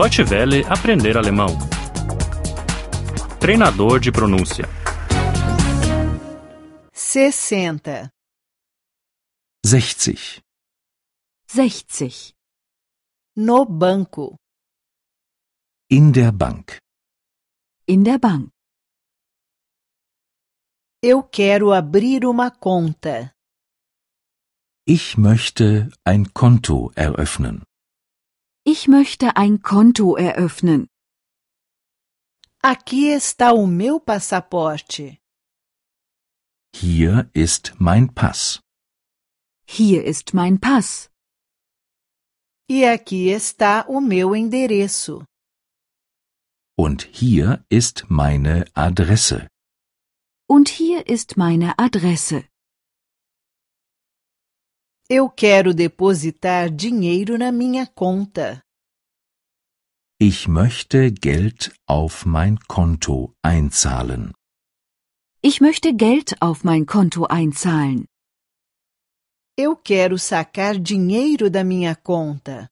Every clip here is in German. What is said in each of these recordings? Deutsche Welle aprender alemão. Treinador de pronúncia. 60. 60. 60. No banco. In der Bank. In der Bank. Eu quero abrir uma conta. Ich möchte ein Konto eröffnen. Ich möchte ein Konto eröffnen. Aqui está o meu passaporte. Hier ist mein Pass. Hier ist mein Pass. E aqui está o meu endereço. Und hier ist meine Adresse. Und hier ist meine Adresse. Eu quero depositar dinheiro na minha conta. Ich möchte Geld auf mein Konto einzahlen. Ich möchte Geld auf mein Konto einzahlen. Eu quero sacar dinheiro da minha conta.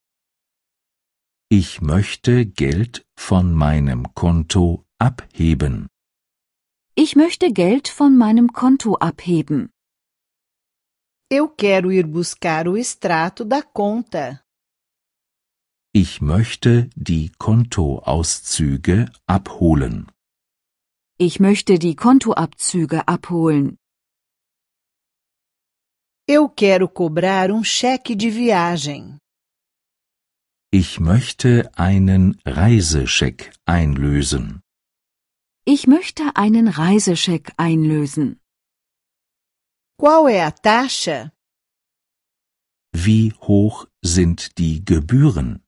Ich möchte Geld von meinem Konto abheben. Ich möchte Geld von meinem Konto abheben. Eu quero ir buscar o extrato da conta. Ich möchte die Kontoauszüge abholen. Ich möchte die Kontoabzüge abholen. Eu quero cobrar um cheque de viagem. Ich möchte einen Reisescheck einlösen. Ich möchte einen Reisescheck einlösen. Qual é a taxa? Wie hoch sind die Gebühren?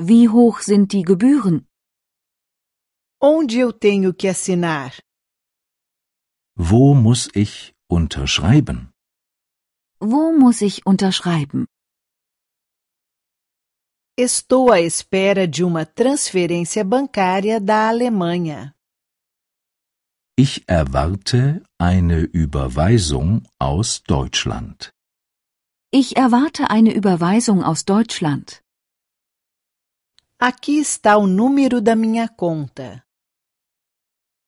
Wie hoch sind die Gebühren? Onde eu tenho que assinar? Wo muss ich unterschreiben? Wo muss ich unterschreiben? Estou à espera de uma transferência bancária da Alemanha. Ich erwarte eine Überweisung aus Deutschland. Ich erwarte eine Überweisung aus Deutschland. Aqui está o número da minha conta.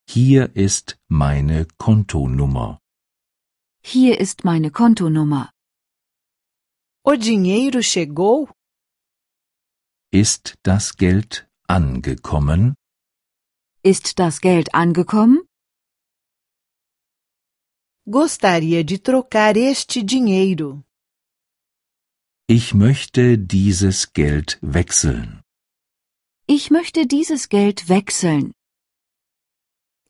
Hier ist meine Kontonummer. Hier ist meine Kontonummer. O dinheiro chegou? Ist das Geld angekommen? Ist das Geld angekommen? Gostaria de trocar este dinheiro. Ich möchte dieses Geld wechseln. Ich möchte dieses Geld wechseln.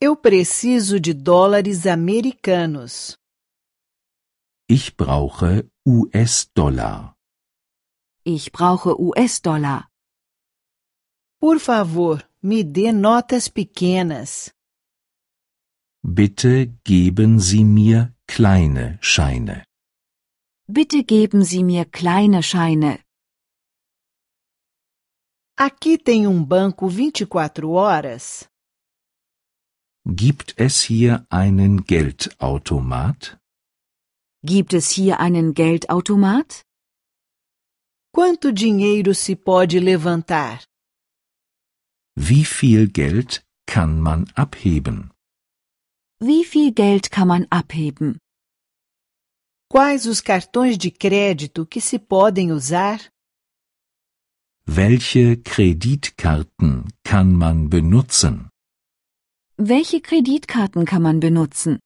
Eu preciso de dólares americanos. Ich brauche US-Dollar. Ich brauche US-Dollar. Por favor, me dê notas pequenas. Bitte geben Sie mir kleine Scheine. Bitte geben Sie mir kleine Scheine. Aqui tem um banco 24 horas. Gibt es hier einen Geldautomat? Gibt es hier einen Geldautomat? Quanto dinheiro se pode levantar? Wie viel Geld kann man abheben? Wie viel Geld kann man abheben? Quais os cartões de crédito que se podem usar? Welche Kreditkarten kann man benutzen? Welche Kreditkarten kann man benutzen?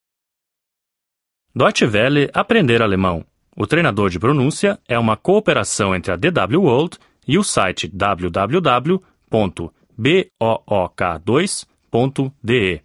Deutsche Welle aprender alemão. O treinador de pronúncia é uma cooperação entre a DW World e o site www.book2.de.